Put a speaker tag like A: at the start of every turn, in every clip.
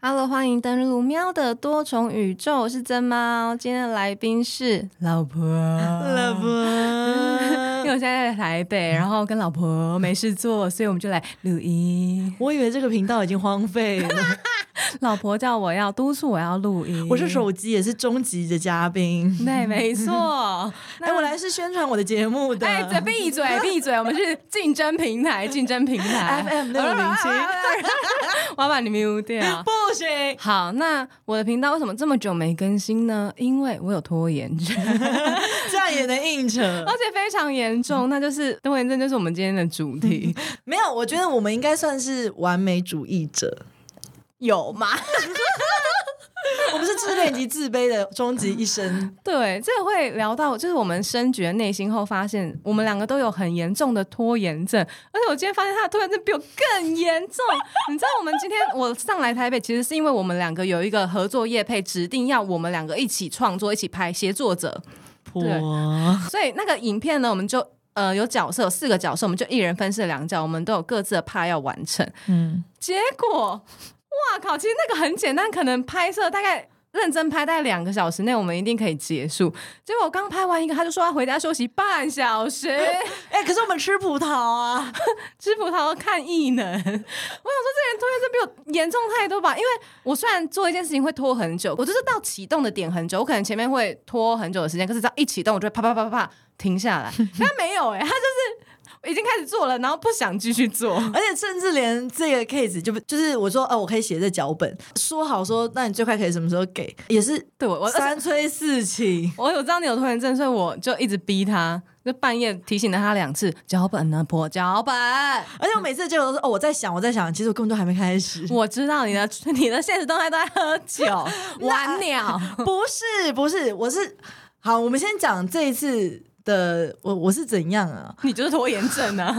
A: Hello，欢迎登录喵的多重宇宙，我是真猫。今天的来宾是
B: 老婆，
A: 乐
B: 因为 我现在在台
C: 嗯
B: 北，然后跟老婆没事做，所以我们就来录 音。
C: 我以为这个频道已经荒废 了。
B: 老婆叫我要督促我要录音，
C: 我是手机也是终极的嘉宾。
B: 对，没错。
C: 哎、我来是宣传我的节目的。
B: 哎，嘴闭嘴闭嘴，我们是竞争平 台，竞争平台
C: FM 六零七，
B: 我要把你 mute 掉。
C: 不行。
B: 好，那我的频道为什么这么久没更新呢？因为我有拖延症，
C: 这样也能 硬扯
B: 而？且非常严重，那就是拖延症，就是我们今天的主题。
C: 没有，我觉得我们应该算是完美主义者，
B: 有吗？
C: 我们是自恋及自卑的终极一生。
B: 对，这个会聊到，就是我们深觉内心后，发现我们两个都有很严重的拖延症，而且我今天发现他的拖延症比我更严重。你知道，我们今天我上来台北，其实是因为我们两个有一个合作业配，指定要我们两个一起创作、一起拍协作者，
C: 婆
B: 所以那个影片呢，我们就。呃，有角色有四个角色，我们就一人分饰两角，我们都有各自的 part 要完成。
C: 嗯，
B: 结果，哇靠！其实那个很简单，可能拍摄大概认真拍大概两个小时内，我们一定可以结束。结果我刚拍完一个，他就说要回家休息半小时，
C: 哎、可是我们吃葡 萄啊，
B: 吃葡萄看异能。 我想说，这人拖延症比我严重太多吧？因为我虽然做一件事情会拖很久，我就是到启动的点很久，我可能前面会拖很久的时间，可是只要一启动，我就会啪啪啪啪啪停下来。他没有哎、他就是已经开始做了，然后不想继续做。
C: 而且甚至连这个 case 就不就是我说，哦、我可以写这脚本，说好说，那你最快可以什么时候给，也是
B: 对我，我
C: 三催四请。
B: 我有知道你有拖延症，所以我就一直逼他，就半夜提醒了他两次，脚本呢，婆脚本。
C: 而且我每次的结果都是哦，我在想，我在想，其实我根本都还没开始。
B: 我知道你的你的现实动态都在喝 酒玩鸟，
C: 不是不是，我是好，我们先讲这一次的我我是怎样啊？
B: 你就是拖延症啊！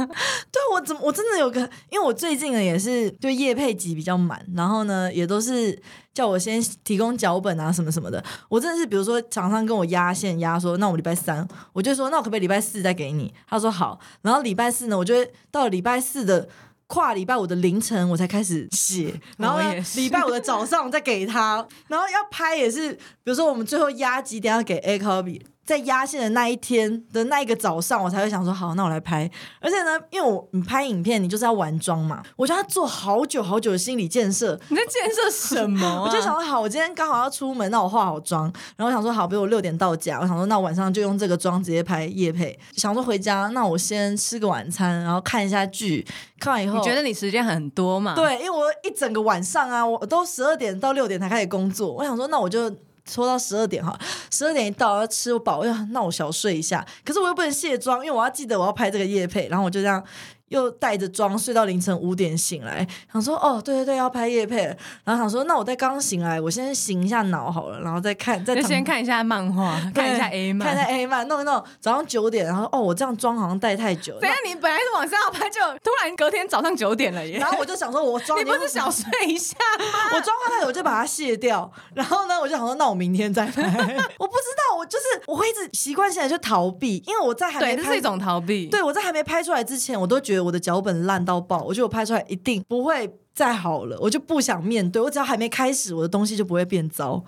C: 对我怎么我真的有个，因为我最近呢也是就业配集比较满，然后呢也都是叫我先提供脚本啊什么什么的。我真的是比如说厂商跟我压线压说，那我礼拜三我就说那我可不可以礼拜四再给你？他说好，然后礼拜四呢，我就会到礼拜四的。跨礼拜五的凌晨我才开始 写，然后呢
B: 我也是
C: 礼拜五的早上再给他，然后要拍也是，比如说我们最后压几点要给 A copy，在压线的那一天的那一个早上，我才会想说好，那我来拍。而且呢，因为我你拍影片，你就是要玩妆嘛，我觉得他做好久好久的心理建设。
B: 你在建设什么、 啊？
C: 我就想说，好，我今天刚好要出门，那我化好妆，然后我想说，好，比如我六点到家，我想说，那晚上就用这个妆直接拍夜配。想说回家，那我先吃个晚餐，然后看一下剧，看完以后，
B: 你觉得你时间很多嘛？，
C: 对，因为我一整个晚上啊，我都十二点到六点才开始工作。我想说，那我就拖到十二点哈，十二点一到要吃饱，要那我小睡一下。可是我又不能卸妆，因为我要记得我要拍这个夜配，然后我就这样。又带着妆睡到凌晨五点醒来，想说哦，对对对，要拍夜配了，然后想说那我在刚醒来，我先醒一下脑好了，然后再看，再
B: 就
C: 躺
B: 先看一下漫画，看一下 A 漫
C: 看一。下 A 漫，弄一弄，早上九点，然后哦，我这样妆好像戴太久，
B: 等一下你本来是晚上要拍，就突然隔天早上九点了耶
C: 然！后我就想说，我 妆
B: 你
C: 已
B: 不
C: 经
B: 是想睡一下吗？
C: 我妆化太久，我就把它卸掉。然后呢，我就想说，那我明天再拍。 我不知道，我就是我会一直习惯性的去逃避，因为我在 还
B: 对，
C: 没
B: 这
C: 拍
B: 是一。种逃避。
C: 对，我在还没拍出来之前，我都觉得我的脚本烂到爆，我觉得我拍出来一定不会再好了，我就不想面对。我只要还没开始，我的东西就不会变糟。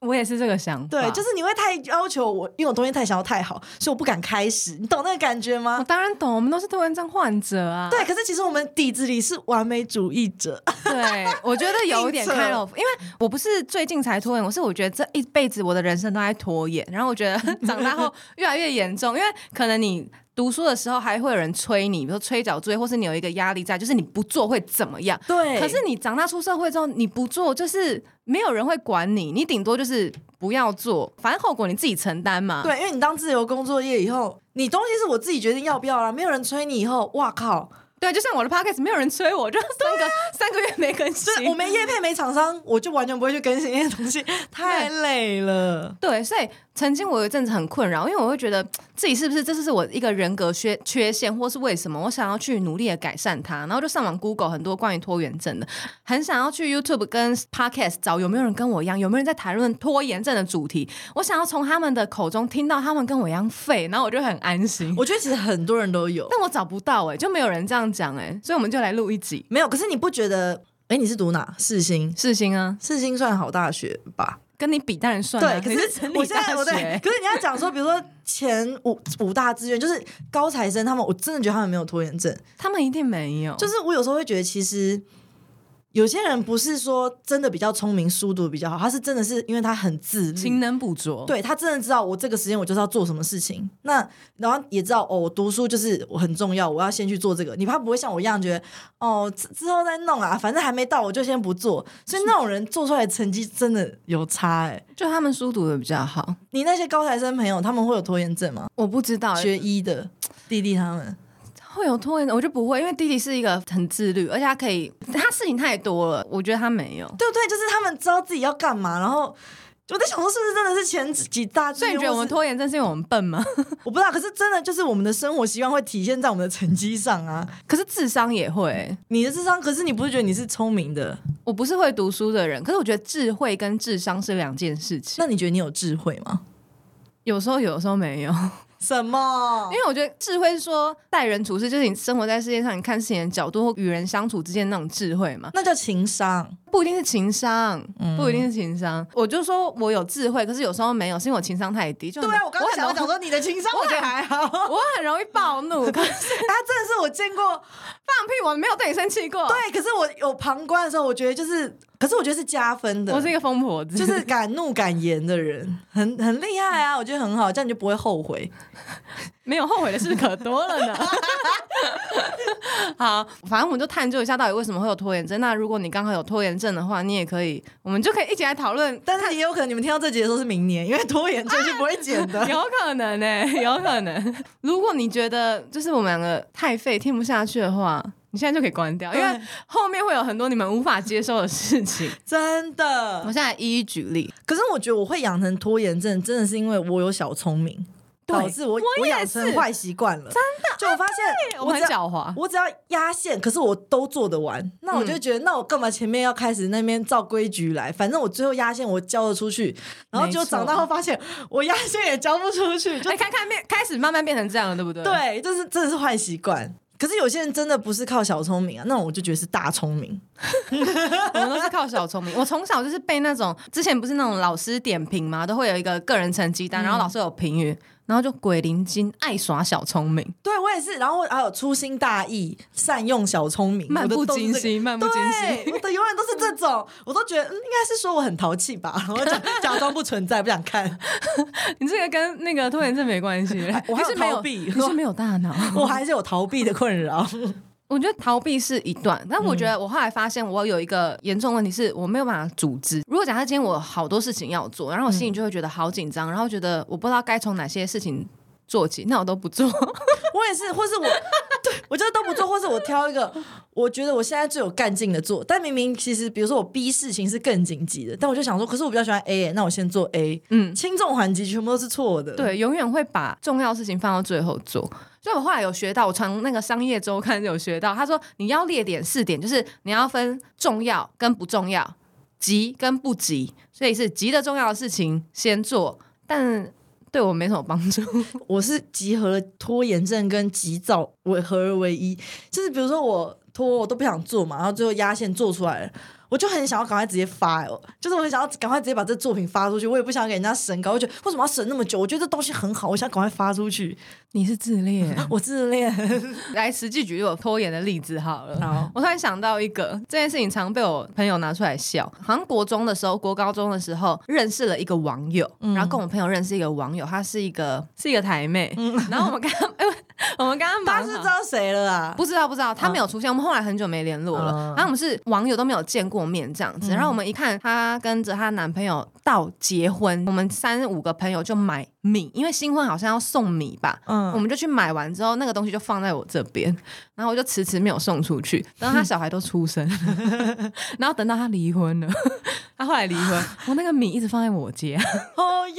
B: 我也是这个想法。
C: 对，就是你会太要求我，因为我东西太想要太好，所以我不敢开始。你懂那个感觉
B: 我
C: 吗？
B: 哦当然懂，我们都是拖延症患者啊。
C: 对，可是其实我们底子里是完美主义者。
B: 对，我觉得有一点
C: 硬扯
B: 开了，因为我不是最近才拖延，我是我觉得这一辈子我的人生都在拖延，然后我觉得 长大后越来越严重，因为可能你。读书的时候还会有人催你，比如说催缴作业，或是你有一个压力在，就是你不做会怎么样？
C: 对
B: 可是你长大出社会之后，你不做就是没有人会管你，你顶多就是不要做，反正后果你自己承担嘛。
C: 对，因为你当自由工作业以后，你东西是我自己决定要不要啦，没有人催你以后，哇靠！
B: 对，就像我的 podcast 没有人催我，就三个、三个月没更
C: 就是
B: 新，
C: 我没业配没厂商，我就完全不会去更新那些东西，太累了。
B: 对，所以曾经我有一阵子很困扰，因为我会觉得自己是不是这是我一个人格缺缺陷，或是为什么我想要去努力的改善它，然后就上网 Google 很多关于拖延症的，很想要去 YouTube 跟 Podcast 找有没有人跟我一样，有没有人在谈论拖延症的主题，我想要从他们的口中听到他们跟我一样废，然后我就很安心。
C: 我觉得其实很多人都有，
B: 欸但我找不到哎、就没有人这样讲哎、所以我们就来录一集。
C: 没有。可是你不觉得哎，你是读哪？世新，
B: 世新啊，
C: 世新算好大学吧？
B: 跟你比当然算啊
C: 对，可
B: 你
C: 是
B: 成
C: 我
B: 立
C: 现在
B: 大
C: 我对
B: 学，，
C: 可是你要讲说，比如说前五五大志愿，就是高材生他们，我真的觉得他们没有拖延症。
B: 他们一定没有，
C: 就是我有时候会觉得，其实有些人不是说真的比较聪明，书读得比较好，他是真的是因为他很自
B: 勤
C: 律。
B: 能补拙。，
C: 对他真的知道我这个时间我就是要做什么事情，那然后也知道哦，我读书就是我很重要，我要先去做这个。你怕不会像我一样觉得哦之之后再弄啊，反正还没到我就先不做。所以那种人做出来的成绩真的有差哎、
B: 就他们书读的比较好。
C: 你那些高材生朋友他们会有拖延症吗？
B: 我不知道
C: 学医的弟弟他们，
B: 会有拖延，我就不会，因为弟弟是一个很自律，而且他可以，他事情太多了，我觉得他没有。
C: 对不对？就是他们知道自己要干嘛，然后 我在想说，是不是真的是前几几大志
B: 所以
C: 愿？
B: 你觉得我们
C: 或是
B: 拖延症是因为我们笨吗？
C: 我不知道，可是真的就是我们的生活习惯会体现在我们的成绩上啊。
B: 可是智商也会，
C: 你的智商，可是你不是觉得你是聪明的？
B: 我不是会读书的人，可是我觉得智慧跟智商是两件事情，
C: 那你觉得你有智慧吗？
B: 有时候有，有时候没 有。
C: 什么
B: 因？为我觉得智慧是说待人处事，就是你生活在世界上，你看事情的角度或与人相处之间那种智慧嘛，
C: 那叫情商。
B: 不一定是情商，不一定是情商。我就说我有智慧，可是有时候没有，是因为我情商太低。就很
C: 啊
B: 啊我很容
C: 说你的情商，我觉得还 好。他
B: 我很容易暴怒， 可是
C: 真的是我见过，
B: 放屁，我没有对你生气过。
C: 对，可是我有旁观的时候，我觉得就是，可是我觉得是加分的。
B: 我是一个疯婆子，
C: 就是敢怒敢言的人，很很厉害啊！我觉得很好，这样你就不会后悔。
B: 没有后悔的事可多了呢。 好，反正我们就探究一下到底为什么会有拖延症。那如果你刚好有拖延症的话，你也可以，我们就可以一起来讨论。
C: 但是也有可能你们听到这集的时候是明年，因为拖延症是不会减 的。
B: 有可能呢、有可能。如果你觉得就是我们两个太废听不下去的话，你现在就可以关掉，因为
C: 对
B: 后面会有很多你们无法接受的事情。
C: 真
B: 我
C: 的。
B: 现在一一举例。
C: 可是我觉得我会养成拖延症，真的是因为我有小聪明，
B: 对
C: 导致我
B: 我也
C: 养成
B: 是哎
C: 坏习惯了。真的，就我发现
B: 我很
C: 只要
B: 狡猾，
C: 我只要压线，可是我都做得完，那我就觉得，那我干嘛前面要开始那边照规矩来？反正我最后压线我交得出去，然后
B: 没
C: 就
B: 错
C: 长大后发现我压线也交不出去，就
B: 哎、看看变开始慢慢变成这样了，对不对？，
C: 对，这是真的是坏习惯。可是有些人真的不是靠小聪明啊，那种我就觉得是大聪明。
B: 我们都是靠小聪明。我从小就是被那种之前不是那种老师点评嘛，都会有一个个人成绩单，然
C: 嗯
B: 后老师有评语，然后就鬼灵精，爱耍小聪明，
C: 对我也是，然后还有粗心大意、善用小聪明，
B: 漫不
C: 我的都是
B: 经
C: 这个。
B: 心，漫不经心。
C: 对，我的永远都是这种，我都觉得嗯，应该是说我很淘气吧，我假假装不存在，不想看，
B: 你这个跟那个拖延症没关 系，
C: 我还
B: 你
C: 有
B: 是没有
C: 逃避
B: 你是没有大脑。
C: 我还是有逃避的困扰。
B: 我觉得逃避是一段，但
C: 嗯
B: 我觉得我后来发现，我有一个严重问题是我没有办法组织。如果假设今天我有好多事情要做，然后我心里
C: 嗯
B: 就会觉得好紧张，然后觉得我不知道该从哪些事情做起，那我都不做。
C: 我也是，或是我对我就是都不做，或是我挑一个我觉得我现在最有干劲的做。但明明其实，比如说我 B 事情是更紧急的，但我就想说，可是我比较喜欢 A，、那我先做 A。
B: 嗯
C: 轻重缓急全部都是错的。，
B: 对，永远会把重要事情放到最后做。所以我后来有学到，我从那个商业周刊有学到，他说你要列点四点，就是你要分重要跟不重要，急跟不急，所以是急的重要的事情先做，但对我没什么帮助。
C: 我是集合了拖延症跟急躁为合而为一，就是比如说我拖我都不想做嘛，然后最后压线做出来了。我就很想要赶快直接发、哦，就是我很想要赶快直接把这作品发出去，我也不想给人家审稿，我觉得为什么要审那么久？我觉得这东西很好，我想赶快发出去。
B: 你是自恋，
C: 我自恋，
B: 来实际举例我拖延的例子好了。
C: 好，
B: 我突然想到一个这件事情，常被我朋友拿出来笑。好像国中的时候，国高中的时候认识了一个网友，
C: 嗯
B: 然后跟我朋友认识一个网友，她是一个是一个台妹，然后我们刚刚我们刚刚
C: 大
B: 忙
C: 家嗯是
B: 好
C: 知道谁了啊？
B: 不知道不知道，他没有出现。我们后来很久没联络了，
C: 嗯
B: 然后我们是网友都没有见过面这样子。然后我们一看，她跟着她男朋友到结婚，我们三五个朋友就买米，因为新婚好像要送米吧，
C: 嗯
B: 我们就去买完之后，那个东西就放在我这边， 然后我就迟迟没有送出去。等到他小孩都出生， 然后等到他离婚了， 哦他后来离婚，我那个米一直放在我家，
C: 哦哟，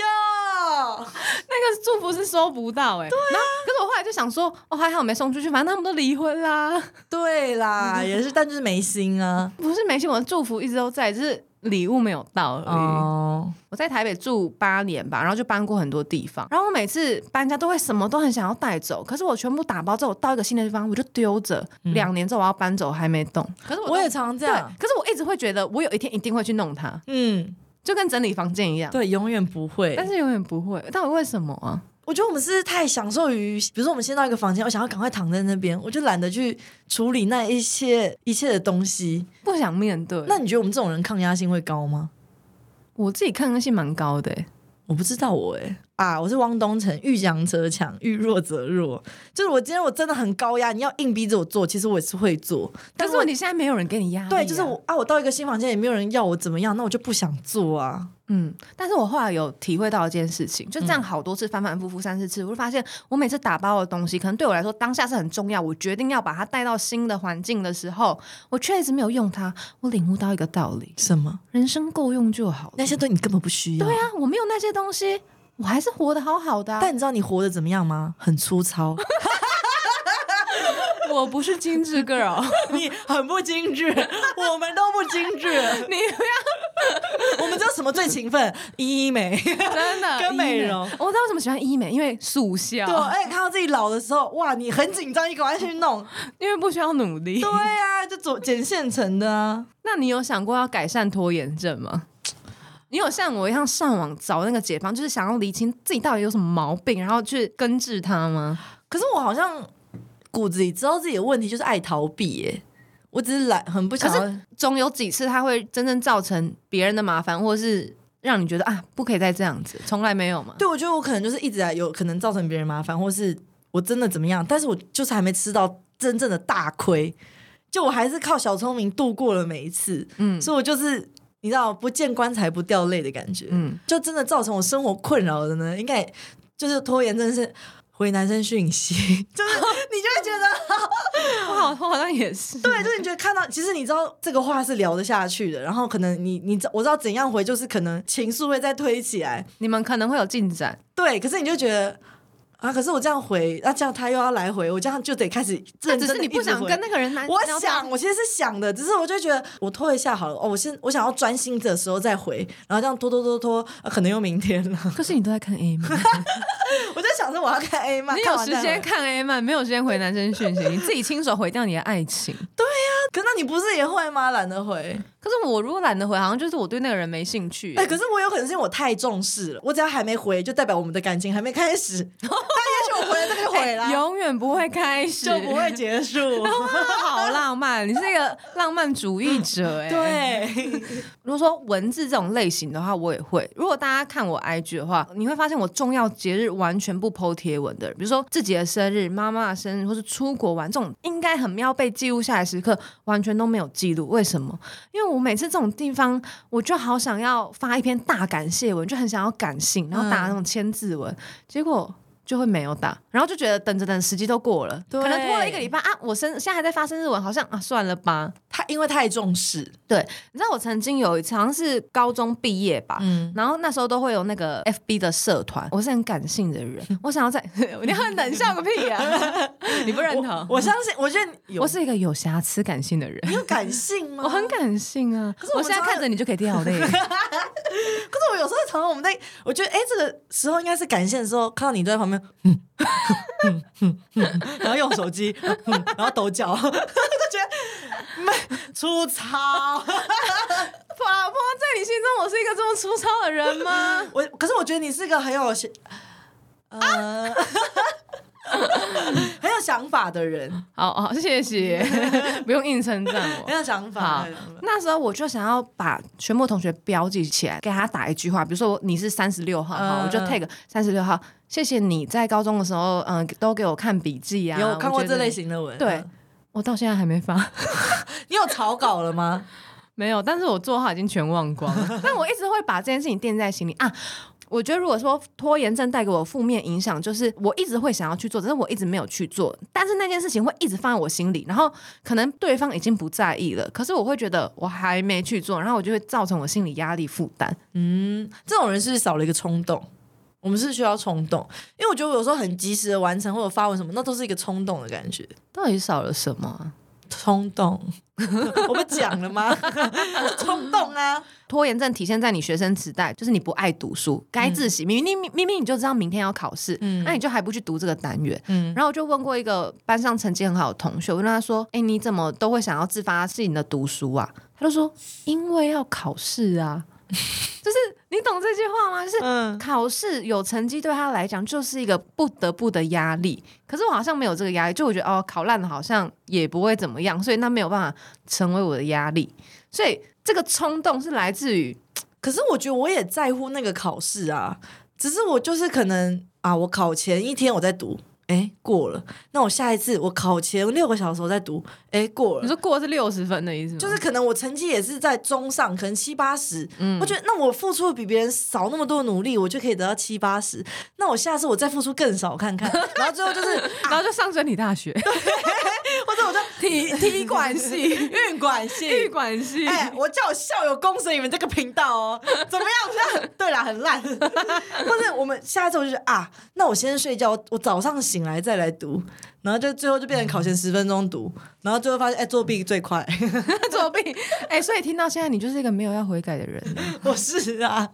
B: 那个祝福是收不到哎、欸。对、啊。可是我后来就想说，哦，还好没送出去，反正他们都离婚啦。
C: 对啦，也是，但就是没心啊。
B: 不是没心，我的祝福一直都在，只是礼物没有到而已。
C: 哦，
B: 我在台北住八年吧，然后就搬过很多地方，然后我每次搬家都会什么都很想要带走，可是我全部打包之后，我到一个新的地方我就丢着，两、年之后我要搬走还没动，可是我
C: 嗯我也
B: 都
C: 常这
B: 对
C: 样，。
B: 可是我一直会觉得我有一天一定会去弄它，
C: 嗯，
B: 就跟整理房间一样，
C: 对，永远不会。
B: 但是永远不会，到底为什么啊？
C: 我觉得我们是太享受于，比如说我们先到一个房间，我想要赶快躺在那边，我就懒得去处理那一切一切的东西。
B: 不想面对。
C: 那你觉得我们这种人抗压性会高吗？
B: 我自己抗压性蛮高的、欸，
C: 我不知道我哎、啊，我是汪东城，遇强则强，遇弱则弱。就是我今天我真的很高压，你要硬逼着我做，其实我也是会做，
B: 但是问题现在没有人给你压力、
C: 对，就是，我啊，我到一个新房间也没有人要我怎么样，那我就不想做啊。
B: 嗯，但是我后来有体会到一件事情，就这样好多次，反反复复三四次，我就发现我每次打包的东西，可能对我来说当下是很重要，我决定要把它带到新的环境的时候，我却一直没有用它，我领悟到一个道理：
C: 什么？
B: 人生够用就好了。
C: 那些对啊你根本不需要。
B: 对啊，我没有那些东西，我还是活得好好的、啊。
C: 但你知道你活得怎么样吗？很粗糙，
B: 我不是精致 girl，
C: 你很不精致， 我们都不精致，
B: 你不要
C: 我们知道什么最勤奋？医美。
B: 真的
C: 跟美容
B: 医美我知道为什么喜欢医美，因为速效，
C: 对， 而且看到自己老的时候，哇，你很紧张，你赶快去弄。
B: 因为不需要努力。
C: 对啊，就做捡现成的啊。
B: 那你有想过要改善拖延症吗？你有像我一样上网找那个解方，就是想要理清自己到底有什么毛病，然后去根治它吗？
C: 可是我好像骨子里知道自己的问题就是爱逃避耶，我只是懒，很不想
B: 可
C: 要。
B: 总有几次它会真正造成别人的麻烦，或是让你觉得啊，不可以再这样子，从来没有嘛。
C: 对，我觉得我可能就是一直在有可能造成别人麻烦，或是我真的怎么样，但是我就是还没吃到真正的大亏，就我还是靠小聪明度过了每一次，
B: 嗯
C: 所以我就是你知道不见棺材不掉泪的感觉，
B: 嗯，
C: 就真的造成我生活困扰的呢，应该就是拖延症是。回男生讯息， 就是你就会觉得，
B: 我好，我好像也是。
C: 对，就是你觉得看到，其实你知道这个话是聊得下去的，然后可能你你知我知道怎样回，就是可能情愫会再推起来，
B: 你们可能会有进展，
C: 对，可是你就觉得啊，可是我这样回，那、这样他又要来回，我这样就得开始
B: 那
C: 认真
B: 只
C: 地
B: 是你不想
C: 一直回
B: 跟那个人来。
C: 我
B: 聊天
C: 想，我其实是想的，只是我就觉得我拖一下好了。哦，我先我想要专心的时候再回，然后这样拖拖拖拖，啊可能又明天了。
B: 可是你都在看 A 漫，
C: 我就想着我要看 A 嘛，
B: 你
C: 看
B: 有
C: 完
B: 时
C: 再
B: 间
C: 回？
B: 看 A 漫，没有时间回男生讯息，你自己亲手毁掉你的爱情。
C: 可是那你不是也会吗？懒得回。
B: 可是我如果懒得回，好像就是我对那个人没兴趣耶。
C: 哎、可是我有可能是因为我太重视了，我只要还没回，就代表我们的感情还没开始。那也许我回了，这个就毁了，
B: 哎永远不会开始，
C: 就不会结束。
B: 好浪漫。你是一个浪漫主义者哎、，
C: 对，
B: 如果说文字这种类型的话，我也会。如果大家看我 IG 的话，你会发现我重要节日完全不剖贴文的人，比如说自己的生日、妈妈的生日，或是出国玩这种应该很要被记录下来的时刻，完全都没有记录。为什么？因为我每次这种地方，我就好想要发一篇大感谢文，就很想要感性，然后打那种千字文，结果。就会没有打，然后就觉得等着等，时机都过了，
C: 对
B: 可能拖了一个礼拜啊！我生现在还在发生日文，好像啊，算了吧。
C: 他因为太重视，
B: 对，你知道我曾经有一次，好像是高中毕业吧，
C: 嗯，
B: 然后那时候都会有那个 FB 的社团，我是很感性的人，我想要在， 你要冷笑个屁呀、嗯 你不认同？
C: 我我相信，我觉得你有
B: 我是一个有瑕疵感性的人，
C: 你有感性吗？
B: 我很，感性啊，
C: 是
B: 我
C: 我们
B: 现在
C: 常
B: 看着你就可以掉 泪。
C: 可是我有时候常常我们在，我觉得哎、诶这个时候应该是感性的时候，看到你都在旁边，嗯嗯嗯嗯，然后用手机，嗯嗯然后抖脚，就觉得嗯粗糙。
B: 法波，在你心中我是一个这么粗糙的人吗？
C: 我可是我觉得你是个很有想，呃， 很有想法的人，
B: 好好，谢谢， 不用硬称赞我
C: 很。有想法
B: 好嗯
C: 的人。，
B: 那时候我就想要把全部同学标记起来，给他打一句话，比如说我你是三十六号，好，
C: 嗯
B: 我就
C: 嗯
B: take 三十六号，谢谢你在高中的时候，嗯、都给我看笔记啊，
C: 有看过
B: 我觉得
C: 这类，型的文？
B: 对我到现在还没发，
C: 你有草稿了吗？
B: 没有，但是我做的话已经全忘光了，但我一直会把这件事情垫在心里啊。我觉得，如果说拖延症带给我负面影响，就是我一直会想要去做，只是我一直没有去做。但是那件事情会一直放在我心里，然后可能对方已经不在意了，可是我会觉得我还没去做，然后我就会造成我心理压力负担。
C: 嗯，这种人是不是少了一个冲动。我们是需要冲动，因为我觉得我有时候很及时的完成或者发文什么，那都是一个冲动的感觉。
B: 到底少了什么啊？
C: 冲动， 我不讲了吗？ 冲动啊！
B: 拖延症体现在你学生时代，就是你不爱读书，该自习，明明明明你就知道明天要考试，
C: 嗯
B: 那你就还不去读这个单元。
C: 嗯，
B: 然后我就问过一个班上成绩很好的同学，我就问他说：“哎、你怎么都会想要自发性的读书啊？”他就说：“因为要考试啊。”就是你懂这句话吗？就是
C: 嗯，
B: 考试有成绩对他来讲就是一个不得不的压力，可是我好像没有这个压力，就我觉得哦，考烂了好像也不会怎么样，所以那没有办法成为我的压力，所以这个冲动是来自于
C: 可是我觉得我也在乎那个考试啊，只是我就是可能啊，我考前一天我在读，哎，过了。那我下一次我考前六个小时我在读，哎，过
B: 你
C: 了。
B: 说过是六十分的意思吗？
C: 就是可能我成绩也是在中上，可能七八十。
B: 嗯
C: 我觉得那我付出的比别人少那么多的努力，我就可以得到七八十。那我下次我再付出更少看看，然后最后就是啊
B: 然后就上真理大学
C: 或者我就体体管系、 运管系、
B: 玉管系，
C: 哎、我叫我校友公审你们这个频 道哦，怎么样？这样 对啦，很烂。或者我们下一次我就觉得啊，那我先睡觉，我早上醒来再来读，然后就最后就变成考前十分钟读，然后最后发现哎、作弊最快。
B: 作 弊，哎、所以听到现在你就是一个没有要悔改的人了。
C: 我是啊，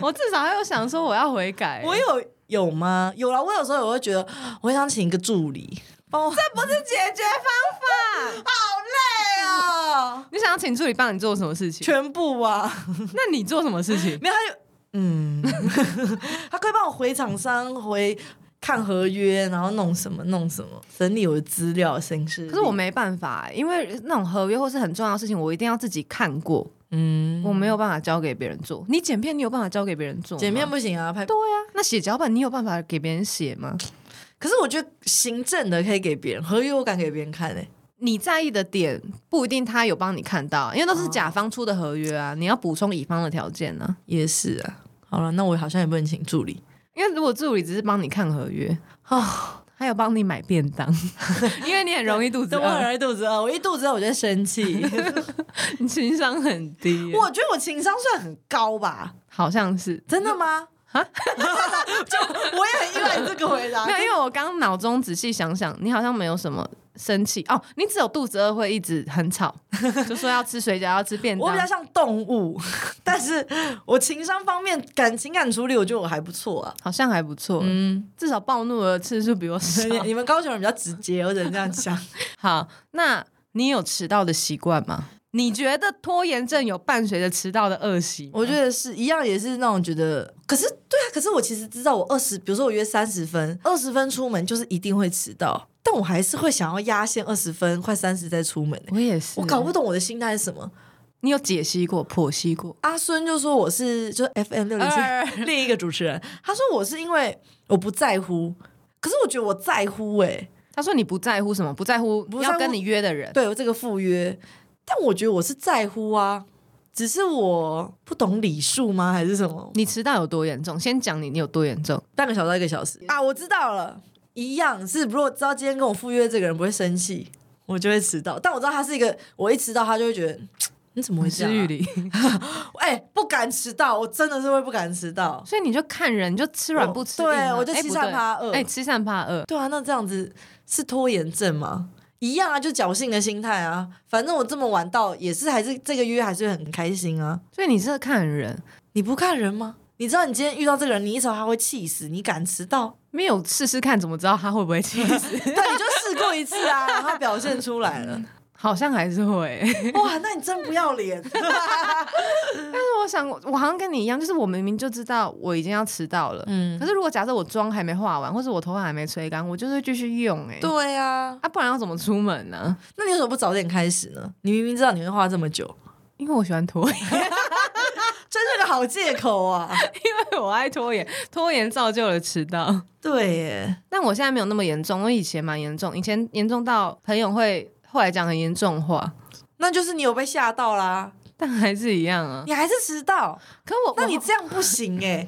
B: 我至少还有想说我要悔改，
C: 我有有吗？有啦，我有时候我会觉得我想请一个助理帮我，这
B: 不是解决 方法。
C: 啊，
B: 你想要请助理帮你做什么事情？
C: 全部啊，
B: 那你做什么事情？
C: 没有他就嗯，他可以帮我回厂商回。看合约，然后弄什么弄什么，整理我的资料，形式。
B: 可是我没办法，欸因为那种合约或是很重要的事情，我一定要自己看过，
C: 嗯，
B: 我没有办法交给别人做。你剪片，你有办法交给别人做吗？
C: 剪片不行啊，拍。
B: 对啊，那写脚本你有办法给别人写吗？
C: 可是我觉得行政的可以给别人，合约我敢给别人看欸诶、
B: 你在意的点不一定他有帮你看到，啊因为都
C: 哦
B: 是甲方出的合约啊，你要补充乙方的条件呢、啊。
C: 也是啊。好了，那我好像也不能请助理
B: 因为如果助理只是帮你看合约，
C: 啊。
B: 还有帮你买便当， 因为你很容易肚子
C: 等我很
B: 饿，
C: 容易肚子啊饿，我一肚子饿我就生气。
B: 你情商很低耶， 啊
C: 我觉得我情商算很高吧？
B: 好像是。
C: 真的 吗？就我也很意外你这个 回答
B: 没。有，因为我刚脑中仔细想想，你好像没有什么生气哦，你只有肚子饿会一直很吵，就说要吃水饺，要吃便
C: 我
B: 当
C: 比较。像动物， 但是我情商方面感情感处理，我觉得我还不错啊。
B: 好像还不错，
C: 嗯，
B: 至少暴怒的次数比我 少。
C: 你们高雄人比较直接，我只能这样讲。
B: 好，那你有迟到的习惯吗？你觉得拖延症有伴随着迟到的恶习？
C: 我觉得是一样，也是那种觉得，可是对啊，可是我其实知道，我二十，比如说我约三十分，二十分出门就是一定会迟到，但我还是会想要压线二十分，快三十再出门、欸。
B: 我也是，
C: 我搞不懂我的心态是什么。
B: 你有解析过、剖析过？
C: 阿孙就说我是就是 FM 六零
B: 二
C: 七另一个主持人，他说我是因为我不在乎，可是我觉得我在乎哎、
B: 他说你不在乎什么，不在乎
C: 不在乎
B: 要跟你约的人，
C: 对我这个赴约，但我觉得我是在乎啊，只是我不懂礼数吗？还是什么？
B: 你迟到有多严重？先讲你你有多严重。
C: 半个小时到一个小时啊，我知道了，一样是如果知道今天跟我赴约这个人不会生气，我就会迟到，但我知道他是一个，我一迟到他就会觉得。你怎么会这样、啊？
B: 理，
C: 哎、不敢迟到，我真的是会不敢迟到。
B: 所以你就看人，你就吃软不吃硬、啊
C: 对我就欺善怕恶
B: 哎、欺善怕恶。
C: 对啊，那这样子是拖延症吗？一样啊，就侥幸的心态啊。反正我这么晚到，也是还是这个约还是很开心啊。
B: 所以你是看人，
C: 你不看人吗？你知道你今天遇到这个人，你一吵他会气死，你敢迟到？
B: 没有试试看，怎么知道他会不会气死？
C: 对，你就试过一次 啊，然后表现出来了。
B: 好像还是会、
C: 哇，那你真不要 脸。
B: 但是我想，我好像跟你一样，就是我明明就知道我已经要迟到了，
C: 嗯
B: 可，是如果假设我妆还没化完，或者我头发还没吹干，我就是会继续用、哎，
C: 对啊，
B: 啊，不然要怎么出门呢、
C: 那你为什么不早点开始呢？你明明知道你会花这么久，
B: 因为我喜欢拖延，
C: 真是个好借口啊！
B: 因为我爱拖延，拖延造就了迟到。
C: 对耶，
B: 但我现在没有那么严重，我以前蛮严重，以前严重到朋友会后来讲很严重话，
C: 那就是你有被吓到啦，
B: 但还是一样啊。
C: 你还是迟到，
B: 可我
C: 那你
B: 我
C: 这样不行 哎。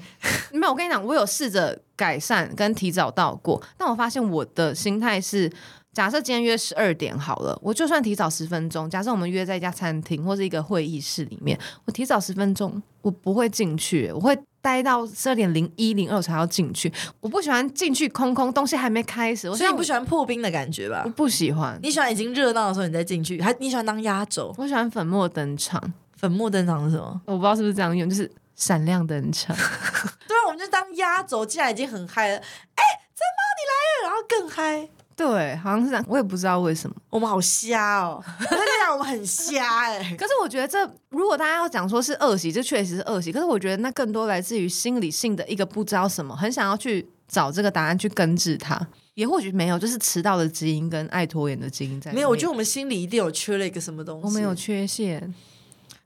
B: 没有，我跟你讲，我有试着改善跟提早到过，但我发现我的心态是，假设今天约十二点好了，我就算提早十分钟，假设我们约在一家餐厅或是一个会议室里面，我提早十分钟，我不会进去，我会待到十二点零一零二才要进去。我不喜欢进去空空，东西还没开始，我
C: 所以你不
B: 喜
C: 喜欢破冰的感觉吧
B: 我？不喜欢，
C: 你喜欢已经热闹的时候你再进去，还你喜欢当压轴？
B: 我喜欢粉墨登场，
C: 粉墨登场是什么？
B: 我不知道是不是这样用，就是闪亮登场。
C: 对啊，我们就当压轴，既然已经很嗨了，哎、真猫你来了，然后更嗨。
B: 对，好像是这样，我也不知道为什么。
C: 我们好瞎哦！我跟你讲，我们很瞎哎、
B: 可是我觉得这，如果大家要讲说是恶习，这确实是恶习。可是我觉得那更多来自于心理性的一个不知道什么，很想要去找这个答案去根治它。也或许没有，就是迟到的基因跟爱拖延的基因在里面。
C: 没有，我觉得我们心里一定有缺了一个什么东西。
B: 我们有缺陷，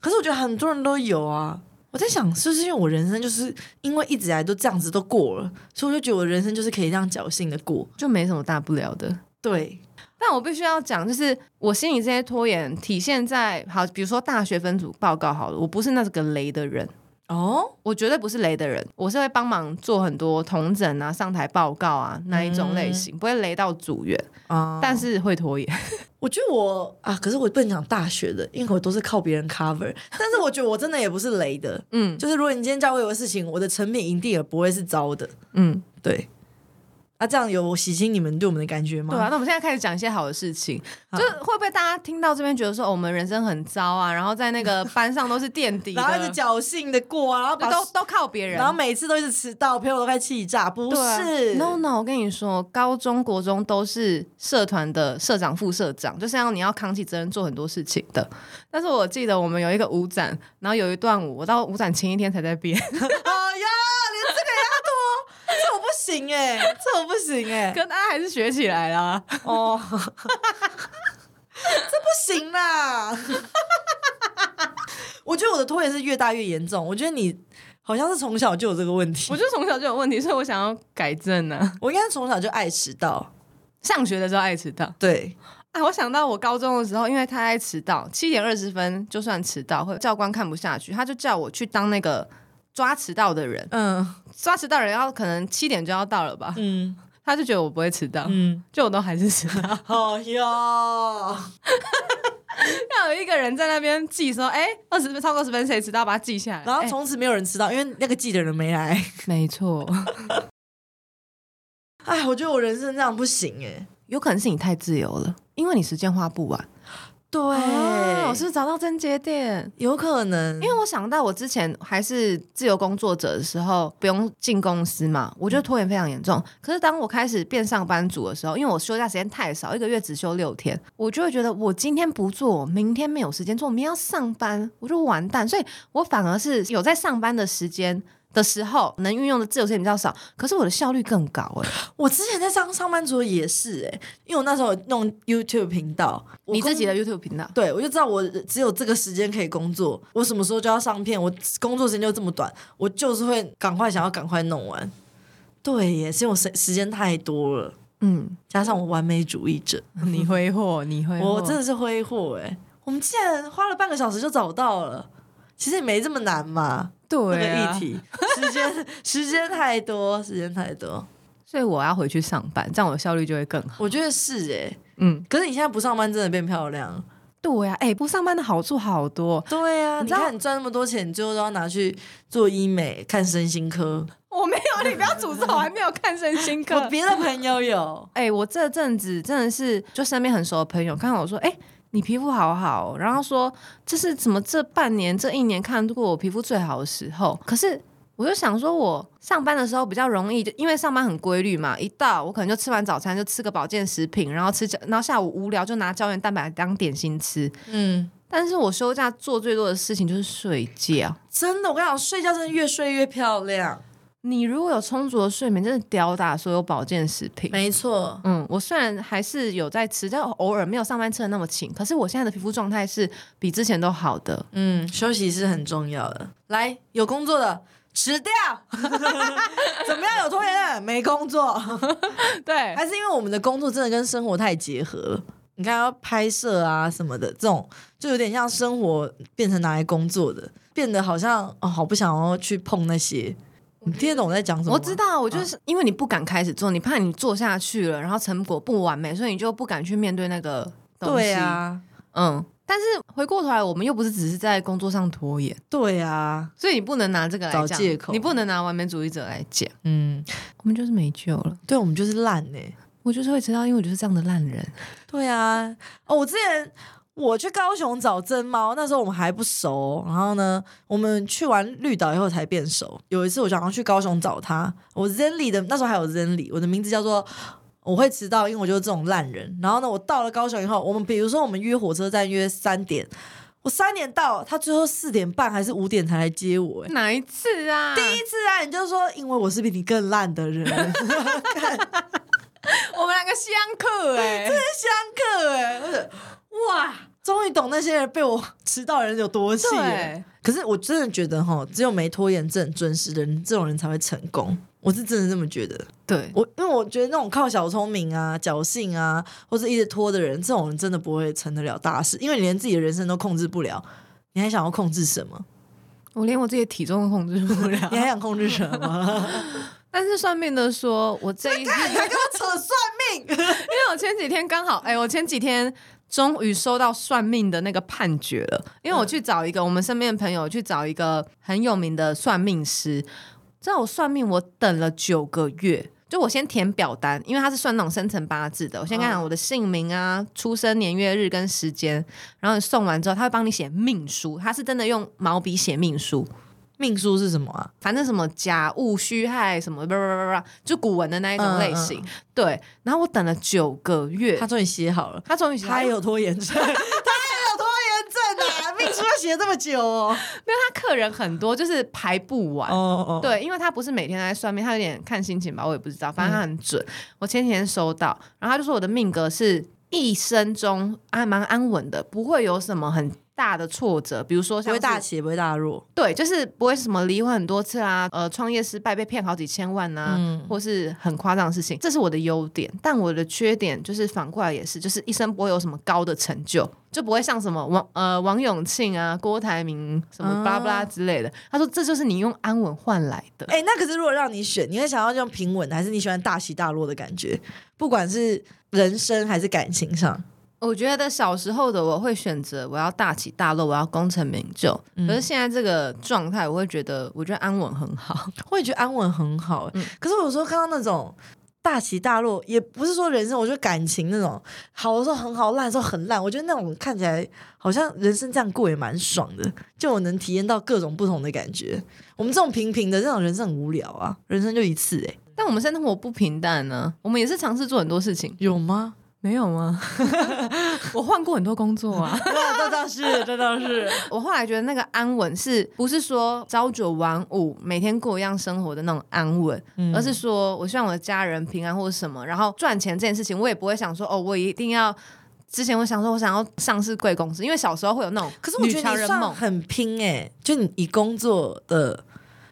C: 可是我觉得很多人都有啊。我在想，是不是因为我人生就是因为一直以来都这样子都过了，所以我就觉得我人生就是可以这样侥幸的过。
B: 就没什么大不了的。
C: 对，
B: 但我必须要讲，就是我心里这些拖延体现在好，比如说大学分组报告好了，我不是那个雷的人，
C: 哦，
B: 我绝对不是雷的人，我是会帮忙做很多同整啊、上台报告啊那一种类型，不会雷到组员，
C: 啊、
B: 但是会拖延。
C: 我觉得我啊，可是我不能讲大学的，因为我都是靠别人 cover。但是我觉得我真的也不是雷的，
B: 嗯
C: 就是如果你今天教我有个事情，我的成品一定也不会是糟的。
B: 嗯，
C: 对，那、这样有洗清你们对我们的感觉吗？
B: 对啊。那我们现在开始讲一些好的事情，
C: 好
B: 就是会不会大家听到这边觉得说、哦我们人生很糟啊，然后在那 个班上都是垫底的，
C: 然后一直侥幸的过啊，然后
B: 对
C: 把
B: 都都靠别人，
C: 然后每次都一直迟到，朋友都快气炸。不
B: 对啊
C: 是
B: No No，我跟你说，高中、国中都是社团的社长、副社长，就是要你要扛起责任做很多事情的。但是我记得我们有一个舞展，然后有一段舞，我到舞展前一天才在 编，
C: 哎呀，连这个也要拖，这我不行哎、这我不行哎、
B: 可大家还是学起来啦。
C: 哦， 这不行啦！ 我觉得我的拖延是越大越严重。我觉得你好像是从小就有这个问题
B: 我，就从小就有问题，所以我想要改正呢、啊。
C: 我应该是从小就爱迟到。
B: 上学的时候爱迟到，
C: 对，
B: 啊，我想到我高中的时候，因为太爱迟到，七点二十分就算迟到，会教官看不下去，他就叫我去当那个抓迟到的人，
C: 嗯
B: 抓迟到人要可能七点就要到了吧，
C: 嗯
B: 他就觉得我不会迟到，
C: 嗯，啊
B: 就我都还是迟到。
C: 好哟，
B: 要有一个人在那边记说，哎、二十分超过十分谁迟到，把它记下来。
C: 然后
B: 哎
C: 从此没有人迟到，因为那个记的人没来。
B: 没错，
C: 哎，我觉得我人生这样不行哎、
B: 有可能是你太自由了，因为你时间花不完。
C: 对，
B: 啊我是不是找到症结点？
C: 有可能，
B: 因为我想到我之前还是自由工作者的时候，不用进公司嘛，我觉得拖延非常严重。可是当我开始变上班族的时候，因为我休假时间太少，一个月只休六天，我就会觉得我今天不做，明天没有时间做，明天要上班，我就完蛋。所以我反而是有在上班的时间。的时候能运用的自由时间比较少，可是我的效率更高哎、
C: 我之前在上上班族也是哎、因为我那时候有弄 YouTube 频道，我
B: 你自
C: 工
B: 己的 YouTube 频道，
C: 对，我就知道我只有这个时间可以工作，我什么时候就要上片，我工作时间就这么短，我就是会赶快想要赶快弄完。对耶，是因为我时时间太多了，
B: 嗯，
C: 加上我完美主义者，
B: 你挥霍，你挥
C: 我真的是挥霍哎。我们竟然花了半个小时就找到了，其实也没这么难嘛。那
B: 对、啊
C: 个议题，时 间时间太多，时间太多，
B: 所以我要回去上班，这样我的效率就会更好。
C: 我觉得是哎。
B: 嗯，
C: 可是你现在不上班，真的变漂亮。
B: 对呀、啊，哎、不上班的好处好多。
C: 对啊，
B: 你
C: 你
B: 知道
C: 看你赚那么多钱，你最后都要拿去做医美、看身心科。
B: 我没有，你不要诅咒，我还没有看身心，
C: 我别的朋友有
B: 哎、我这阵子真的是，就身边很熟的朋友看到我说，哎、你皮肤好好哦，然后说这是怎么这半年这一年看过我皮肤最好的时候。可是我就想说，我上班的时候比较容易，就因为上班很规律嘛，一到我可能就吃完早餐就吃个保健食品，然后吃胶，然后下午无聊就拿胶原蛋白当点心吃。
C: 嗯，
B: 但是我休假做最多的事情就是睡觉。
C: 真的，我跟你讲，睡觉真的越睡越漂亮。
B: 你如果有充足的睡眠，真的吊打所有保健食品。
C: 没错，
B: 嗯，我虽然还是有在吃，但偶尔没有上班吃的那么勤。可是我现在的皮肤状态是比之前都好的。
C: 嗯，休息是很重要的。来，有工作的辞掉， 怎么样？有拖延的没工作，
B: 对，
C: 还是因为我们的工作真的跟生活太结合了。你看，要拍摄啊什么的，这种就有点像生活变成拿来工作的，变得好像哦，好不想要去碰那些。你听得懂我在讲什么吗？
B: 我知道，我就是因为你不敢开始做，你怕你做下去了，然后成果不完美，所以你就不敢去面对那个东西。
C: 对啊，
B: 嗯。但是回过头来，我们又不是只是在工作上拖延，
C: 对啊，
B: 所以你不能拿这个来
C: 找
B: 讲
C: 借口
B: 你不能拿完美主义者来讲，
C: 嗯，
B: 我们就是没救了。
C: 对我们就是烂欸呢、
B: 我就是会知道，因为我就是这样的烂人。
C: 对啊，哦，我之前我去高雄找真猫，那时候我们还不熟，然后呢，我们去完绿岛以后才变熟。有一次我想要去高雄找他，我 Zenly 的那时候还有 Zenly，我的名字叫做。我会迟到，因为我就是这种烂人。然后呢，我到了高雄以后，我们比如说我们约火车站约三点，我三点到，他最后四点半还是五点才来接我、欸。
B: 哪一次啊？第
C: 第一次啊，你就说因为我是比你更烂的人，
B: 我们两个相克哎、
C: 相克哎、 我者哇，终于懂那些人被我 迟到的人有多气了。
B: 对，
C: 可是我真的觉得哈，只有没拖延症、准时的人，这种人才会成功。我是真的这么觉得。
B: 对，
C: 我因为我觉得那种靠小聪明啊、侥幸啊，或者一直拖的人，这种人真的不会成得了大事，因为你连自己的人生都控制不了，你还想要控制什 么？
B: 我连我自己的体重都控制不了
C: 你。还想控制什么？
B: 但是算命的说，我这一次，
C: 你还跟我扯算命？
B: 因为我前几天刚好，哎、我前几天终于收到算命的那个判决了。因为我去找一个、我们身边的朋友去找一个很有名的算命师，知道我算命，我等了九个月。就我先填表单，因为他是算那种生辰八字的。我先跟他讲我的姓名啊、出生年月日跟时间，然后你送完之后，他会帮你写命书，他是真的用毛笔写命书。
C: 命数是什么啊？
B: 反正什么甲戊戌亥什么，叭叭叭叭叭，就古文的那一种类型。对，然后我等了九个月，
C: 他
B: 他
C: 终于写好了。
B: 他终于写
C: 他有拖延 症，他也有拖延症啊！秘书要写这么久哦，
B: 哎没有他客人很多，就是排不完。
C: 哦哦，
B: 对，因为他不是每天都在算命，他有点看心情吧，我也不知道。反正
C: 嗯
B: 他很准。我前几天收到，然后他就说我的命格是一生中还蛮安稳的，不会有什么很大的挫折，比如说
C: 不
B: 像
C: 会大
B: 是
C: 起也不会大弱，
B: 对，就是不会什么离婚很多次啊，呃，创业失败被骗好几千万啊，或是很夸张的事情，这是我的优点。但我的缺点就是反过来也是，就是一生不会有什么高的成就，就不会像什么王呃王永庆啊、郭台铭什么巴拉巴拉之类的。他说这就是你用安稳换来的。
C: 哎、那可是如果让你选，你会想要这种平稳的，还是你喜欢大起大落的感觉？不管是人生还是感情上，
B: 我觉得小时候的我会选择我要大起大落，我要功成名就。可是现在这个状态，我会觉得我觉得安稳很好。
C: 我也觉得安稳很好、欸可是我有时候看到那种。大起大落也不是说人生，我觉得感情那种好的时候很好，烂的时候很烂。我觉得那种看起来好像人生这样过也蛮爽的，就我能体验到各种不同的感觉。我们这种平平的这种人生很无聊啊，人生就一次哎、
B: 但我们生活不平淡呢、我们也是尝试做很多事情。
C: 有 吗？
B: 没有 吗？我换过很多工作啊。
C: 那这倒是，这倒是。
B: 我后来觉得那个安稳是不是说朝九晚五，每天过一样生活的那种安稳，而是说我希望我的家人平安或者什么，然后赚钱这件事情，我也不会想说哦，我一定要。之前我想说，我想要上市贵公司，因为小时候会有那种
C: 可是我
B: 女
C: 觉得
B: 强
C: 你
B: 人
C: 算
B: 梦，
C: 很拼哎、就你以工作的，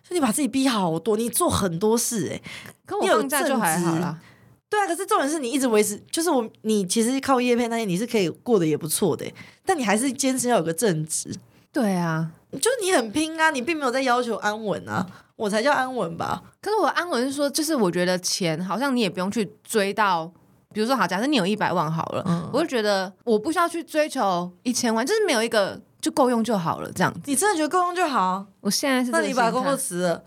C: 就你把自己逼好多，你做很多事哎、
B: 可我
C: 你有
B: 放假就
C: 正
B: 还好
C: 职
B: 啦。
C: 对啊，可是重点是你一直维持，就是我你其实靠业配那些你是可以过得也不错的欸、但你还是坚持要有个正职，
B: 对啊，
C: 就是你很拼啊，你并没有在要求安稳啊，我才叫安稳吧？
B: 可是我的安稳是说，就是我觉得钱好像你也不用去追到，比如说好，假设你有一百万好了，我就觉得我不需要去追求一千万，就是没有一个就够用就好了这样子。
C: 你真的觉得够用就好，
B: 我现在是这
C: 那
B: 个
C: 你把
B: 心态嗯
C: 工作，辞了，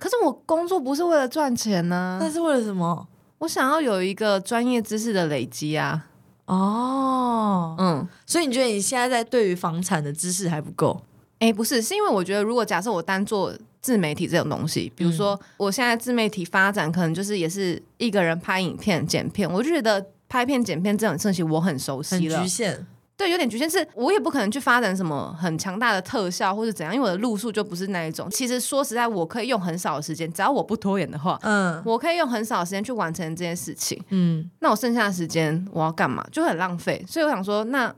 B: 可是我工作不是为了赚钱呢、
C: 那是为了什么？
B: 我想要有一个专业知识的累积啊，
C: 哦，
B: 嗯。
C: 所以你觉得你现在在对于房产的知识还不够？
B: 哎，不是，是因为我觉得，如果假设我单做自媒体这种东西，比如说我现在自媒体发展，可能就是也是一个人拍影片、剪片，我就觉得拍片、剪片这种事情我很熟
C: 很
B: 悉了
C: 局，限，
B: 对，有点局限，是我也不可能去发展什么很强大的特效或是怎样，因为我的路数就不是那一种。其实说实在，我可以用很少的时间，只要我不拖延的话，
C: 嗯
B: 我可以用很少的时间去完成这件事情。
C: 嗯。
B: 那我剩下的时间我要干嘛？就很浪费。所以我想说，那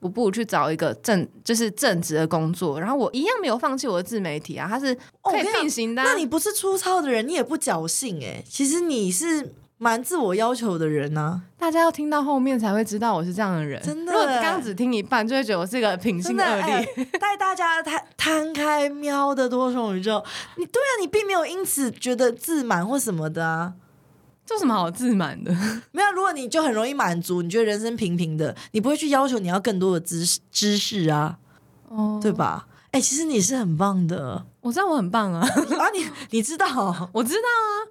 B: 我不如去找一个正就是正职的工作，然后我一样没有放弃我的自媒体啊，它是
C: 哦
B: 可以
C: 我跟你讲
B: 并行的啊、
C: 欸那你不是粗糙的人，你也不侥幸哎、其实你是蛮自我要求的人啊呐、
B: 大家要听到后面才会知道我是这样的人。
C: 真的
B: 如果刚只听一半，就会觉得我是一个品
C: 真
B: 性
C: 的
B: 恶
C: 哎
B: 劣。
C: 带大家摊摊开喵的多重宇宙。你对啊，你并没有因此觉得自满或什么的啊。
B: 这有什么好自满的？
C: 没有，如果你就很容易满足，你觉得人生平平的，你不会去要求你要更多的知识知识啊，
B: 哦，
C: 对吧？哎、其实你是很棒 的
B: 我知道我很棒啊，
C: 啊，你你知道哦
B: 我知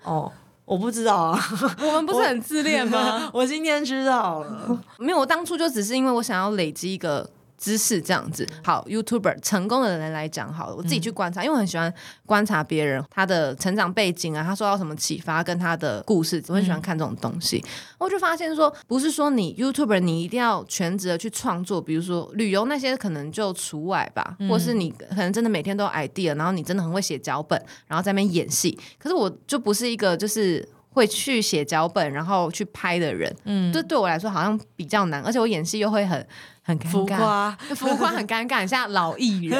B: 道
C: 哦，我不知道 啊，
B: 啊，我们不是很自恋吗？
C: 我今天知道 了。
B: 没 有，我 当初就只是因为我想要累积一个知识这样子。好，YouTuber 成功的人来讲好了，我自己去
C: 嗯
B: 观察，因为我很喜欢观察别人他的成长背景啊，他受到什么启发，跟他的故事，我很喜欢看这种东西。我就发现说，不是说你 YouTuber 你一定要全职的去创作，比如说旅游那些可能就除外吧，
C: 嗯
B: 或是你可能真的每天都有 idea，然后你真的很会写脚本，然后在那边演戏。可是我就不是一个就是。会去写脚本，然后去拍的人，嗯，这对我来说好像比较难，而且我演戏又会很很尴尬，
C: 浮夸，
B: 浮夸很尴尬，很像老艺人，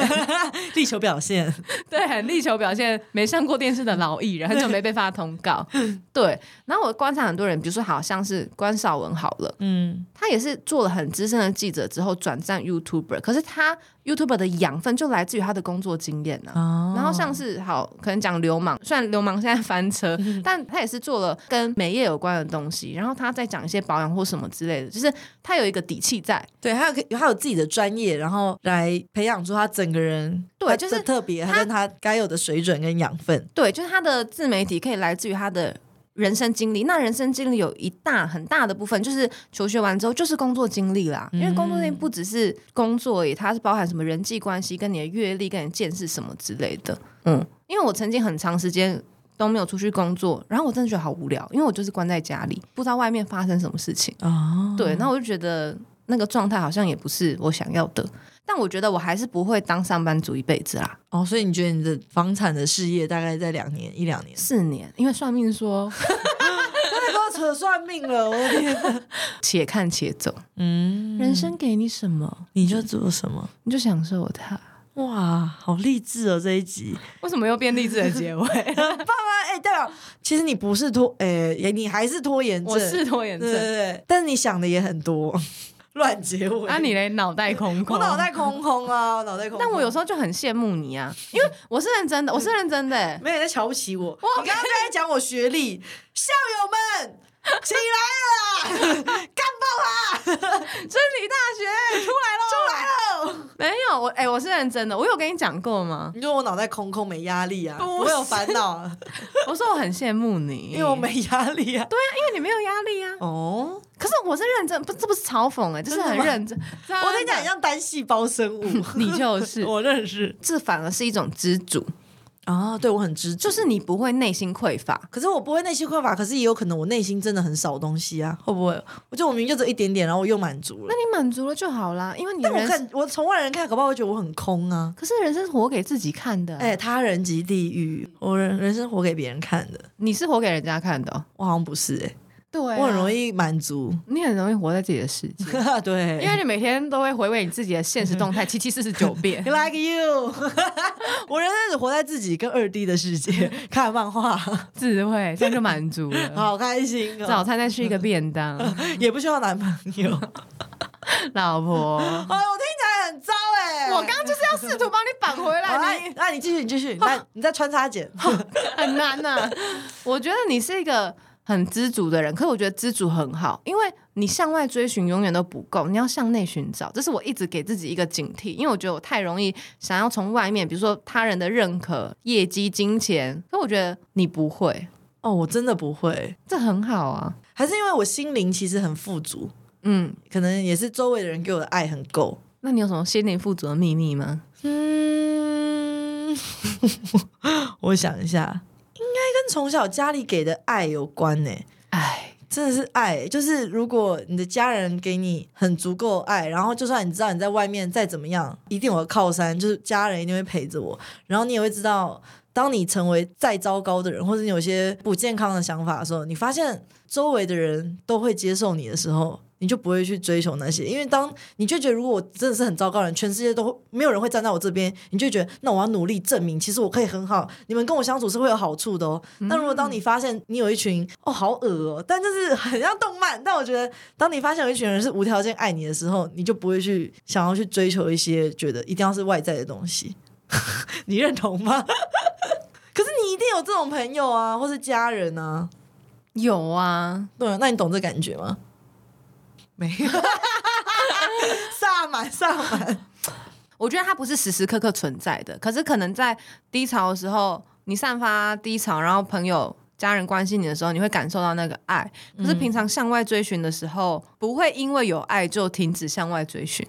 C: 力求表现，
B: 对，很力求表现，没上过电视的老艺人，很久没被发通告。对，然后我观察很多人，比如说好像是关少文好了，
C: 嗯，
B: 他也是做了很资深的记者之后转战 YouTuber，可是他 YouTuber 的养分就来自于他的工作经验啊。
C: 哦，
B: 然后像是好，可能讲流氓，虽然流氓现在翻车，但他也是做了跟美业有关的东西。然后他再讲一些保养或什么之类的，就是他有一个底气在，
C: 对，还有可以还有自己的专业，然后来培养出他整个人，
B: 对
C: 他
B: 就是
C: 的特别，
B: 他
C: 他跟他该有的水准跟养分，
B: 对，就是他的自媒体可以来自于他的人生经历。那人生经历有一大很大的部分，就是求学完之后就是工作经历啦。因为工作经历不只是工作而已，它是包含什么人际关系、跟你的阅历、跟你的见识什么之类的。嗯，因为我曾经很长时间。都没有出去工作，然后我真的觉得好无聊，因为我就是关在家里，不知道外面发生什么事情。
C: 哦，
B: 对，那我就觉得那个状态好像也不是我想要的，但我觉得我还是不会当上班族一辈子啦。
C: 哦，所以你觉得你的房产的事业大概在两年一 两年，
B: 四年，因为算命说
C: 太给我扯算命了，我的天，
B: 且看且走，
C: 嗯，
B: 人生给你什么，
C: 你就做什么？
B: 你就享受它。
C: 哇，好励志哦！这一集
B: 为什么又变励志的结 尾？
C: 很棒啊！哎、代表其实你不是拖，哎、你还是拖延症，
B: 我是拖延
C: 对对
B: 症，
C: 对，但是你想的也很多， 乱结尾。
B: 啊，你嘞脑袋空空，
C: 我脑。袋空空啊，我脑袋空空。
B: 但我有时候就很羡慕你 啊，因为我是认真的，我是认真的、欸。
C: 没有人在瞧不起我。我刚刚就在讲我学历，校友们起来了啦，干爆他，
B: 真理大 学出哦
C: 出来了！
B: 来没有？我哎、我是认真的，我有跟你讲过吗？
C: 你说我脑袋空空没压力啊，
B: 不
C: 不会有烦恼啊，
B: 我说我很羡慕你，
C: 因为我没压力啊。
B: 对啊，因为你没有压力啊。
C: 哦，
B: 可是我是认真，不，这不是嘲讽哎、欸，这是很
C: 真的吗
B: 认真。
C: 我跟你讲，
B: 真的
C: 像单细胞生物，
B: 嗯你就是，
C: 我认识
B: 这反而是一种知足，哦
C: 啊，对我很知足。
B: 就是你不会内心匮乏。
C: 可是我不会内心匮乏，可是也有可能我内心真的很少东西啊，会不会？我觉得我明明就只有一点点，然后我又满足了
B: 那。你满足了就好啦，因为你
C: 但我
B: 人
C: 看我从外人看，搞不好会觉得我很空啊。
B: 可是人生是活给自己看的、啊
C: 哎、他人即地狱，我人人生活给别人看的，
B: 你是活给人家看的哦、
C: 我好像不是哎、
B: 对、啊
C: 我很容，易满足，
B: 你很容易活在自己的世界，
C: 对，。
B: 因为你每天都会回味你自己的现实动 态七七四十九遍
C: like you，我人生只活在自己跟二 D 的世 界，看漫画，
B: 智慧，这样就满足 了。
C: 嗯好开心
B: 早
C: 哦，
B: 餐再吃一个便 当，
C: 也不需要男朋 友。哎，
B: 老婆，
C: 我听起来很糟哎、
B: 我刚刚就是要试图帮你绑回
C: 好
B: 来，
C: 那
B: 你
C: 那你继续，你继 续，那你再穿插 剪，
B: 很难呐、我觉得你是一个很知足的人，可是我觉得知足很好，因为你向外追寻永远都不够，你要向内寻找。这是我一直给自己一个警惕，因为我觉得我太容易想要从外面，比如说他人的认可、业绩、金钱，可我觉得你不会，
C: 哦，我真的不会，
B: 这很好啊。
C: 还是因为我心灵其实很富足，
B: 嗯，
C: 可能也是周围的人给我的爱很够。
B: 那你有什么心灵富足的秘密吗？
C: 嗯， 我想一下，应该跟从小家里给的爱有关欸呢、
B: 哎，
C: 真的是爱，就是如果你的家人给你很足够的爱，然后就算你知道你在外面再怎么样，一定有个靠山，就是家人一定会陪着我，然后你也会知道，当你成为再糟糕的人，或者你有些不健康的想法的时候，你发现周围的人都会接受你的时候，你你就不会去追求那些，因为当你就觉得如果我真的是很糟糕的人，全世界都会没有人会站在我这边，你就觉得那我要努力证明，其实我可以很好，你们跟我相处是会有好处的哦。那如果当你发现你有一群哦好恶哦，但就是很像动漫，但我觉得当你发现有一群人是无条件爱你的时候，你就不会去想要去追求一些觉得一定要是外在的东西， 你认同吗？ 可是你一定有这种朋友啊，或是家人啊，
B: 有啊，
C: 对啊，那你懂这感觉吗？没有， 萨满萨满，
B: 我觉得它不是时时刻刻存在的，可是可能在低潮的时候，你散发低潮，然后朋友、家人关心你的时候，你会感受到那个爱。可
C: 嗯
B: 是平常向外追寻的时候，不会因为有爱就停止向外追寻。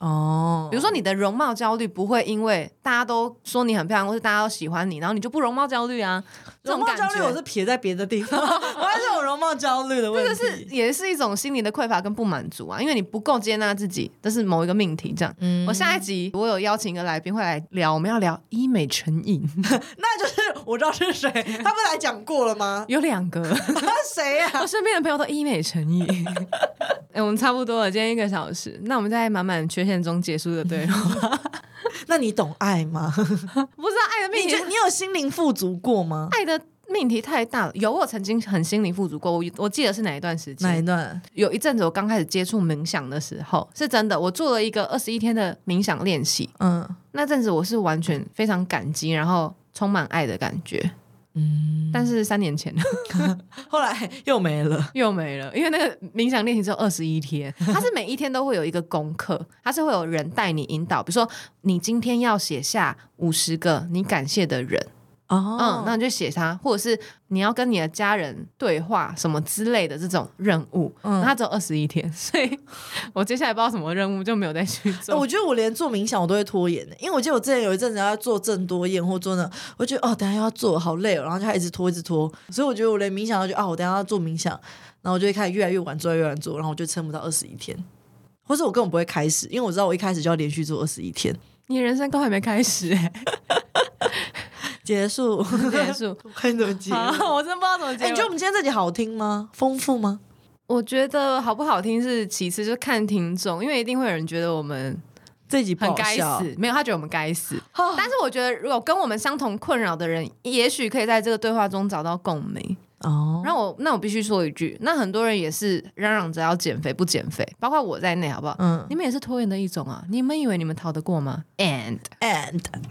C: 哦
B: 比如说你的容貌焦虑，不会因为大家都说你很漂亮，或是大家都喜欢你，然后你就不容貌焦虑啊。这
C: 容
B: 种
C: 貌
B: 感
C: 焦虑
B: 觉
C: 我是撇在别的地方，我还是有容貌焦虑的问题。
B: 是也是一种心理的匮乏跟不满足啊，因为你不够接纳自己，这是某一个命题。这样，
C: 嗯
B: 我下一集我有邀请一个来宾会来聊，我们要聊医美成瘾，
C: 那就是我知道是 谁，他不是来讲过了吗
B: ？有两 个，
C: 他是谁啊呀、
B: 我身边的朋友都医美成瘾。哎、我们差不多了，今天一个小时，那我们在满满缺陷中结束的 对话。
C: 那你懂爱吗？
B: 不知道爱的命
C: 你
B: 题
C: 觉，你有心灵富足过吗？
B: 爱的命题太大了。有我曾经很心灵富足过，我我记得是哪一段时间？
C: 哪一段？
B: 有一阵子我刚开始接触冥想的时候，是真的，我做了一个二十一天的冥想练习。
C: 嗯
B: 那阵子我是完全非常感激，然后充满爱的感觉。
C: 嗯，
B: 但是三年前
C: 后来又没了。
B: 又没了，因为那个冥想练习只有二十一天， 它是每一天都会有一个功课，它是会有人带你引导，比如说你今天要写下五十个你感谢的人，
C: 哦
B: 嗯，那你就写它，或者是你要跟你的家人对话什么之类的这种任务，
C: 嗯
B: 那它只有二十一天， 所以我接下来不知道什么任务就没有再去
C: 哎
B: 做。
C: 我觉得我连做冥想我都会拖延的、欸因为我记得我之前有一阵子要做郑多宴或做那，我觉得哦，等一下要做好累哦，然后就还一直拖一直拖，所以我觉得我连冥想都觉得啊，我等一下要做冥想，然后我就会开始越来越晚做，越来越晚做，然后我就撑不到二十一天，或是我根本不会开始，因为我知道我一开始就要连续做二十一天，
B: 你人生都还没开始 哎、
C: 结束，
B: 结束。
C: 我看你怎么结。
B: 好， 我真不知道怎么
C: 哎、
B: 结
C: 你
B: 尾
C: 觉得我们今天这集好听吗？丰富吗？
B: 我觉得好不好听是其次，就是看听众，因为一定会有人觉得我们
C: 这集不
B: 很
C: 好
B: 该
C: 笑，
B: 死，没有他觉得我们该死。
C: 哦
B: 但是我觉得，如果跟我们相同困扰的人，也许可以在这个对话中找到共鸣。
C: 哦，
B: 然后我，那我必须说一句，那很多人也是嚷嚷着要减肥不减肥，包括我在内，好不好？
C: 嗯
B: 你们也是拖延的一种啊！你们以为你们逃得过吗？And
C: ，and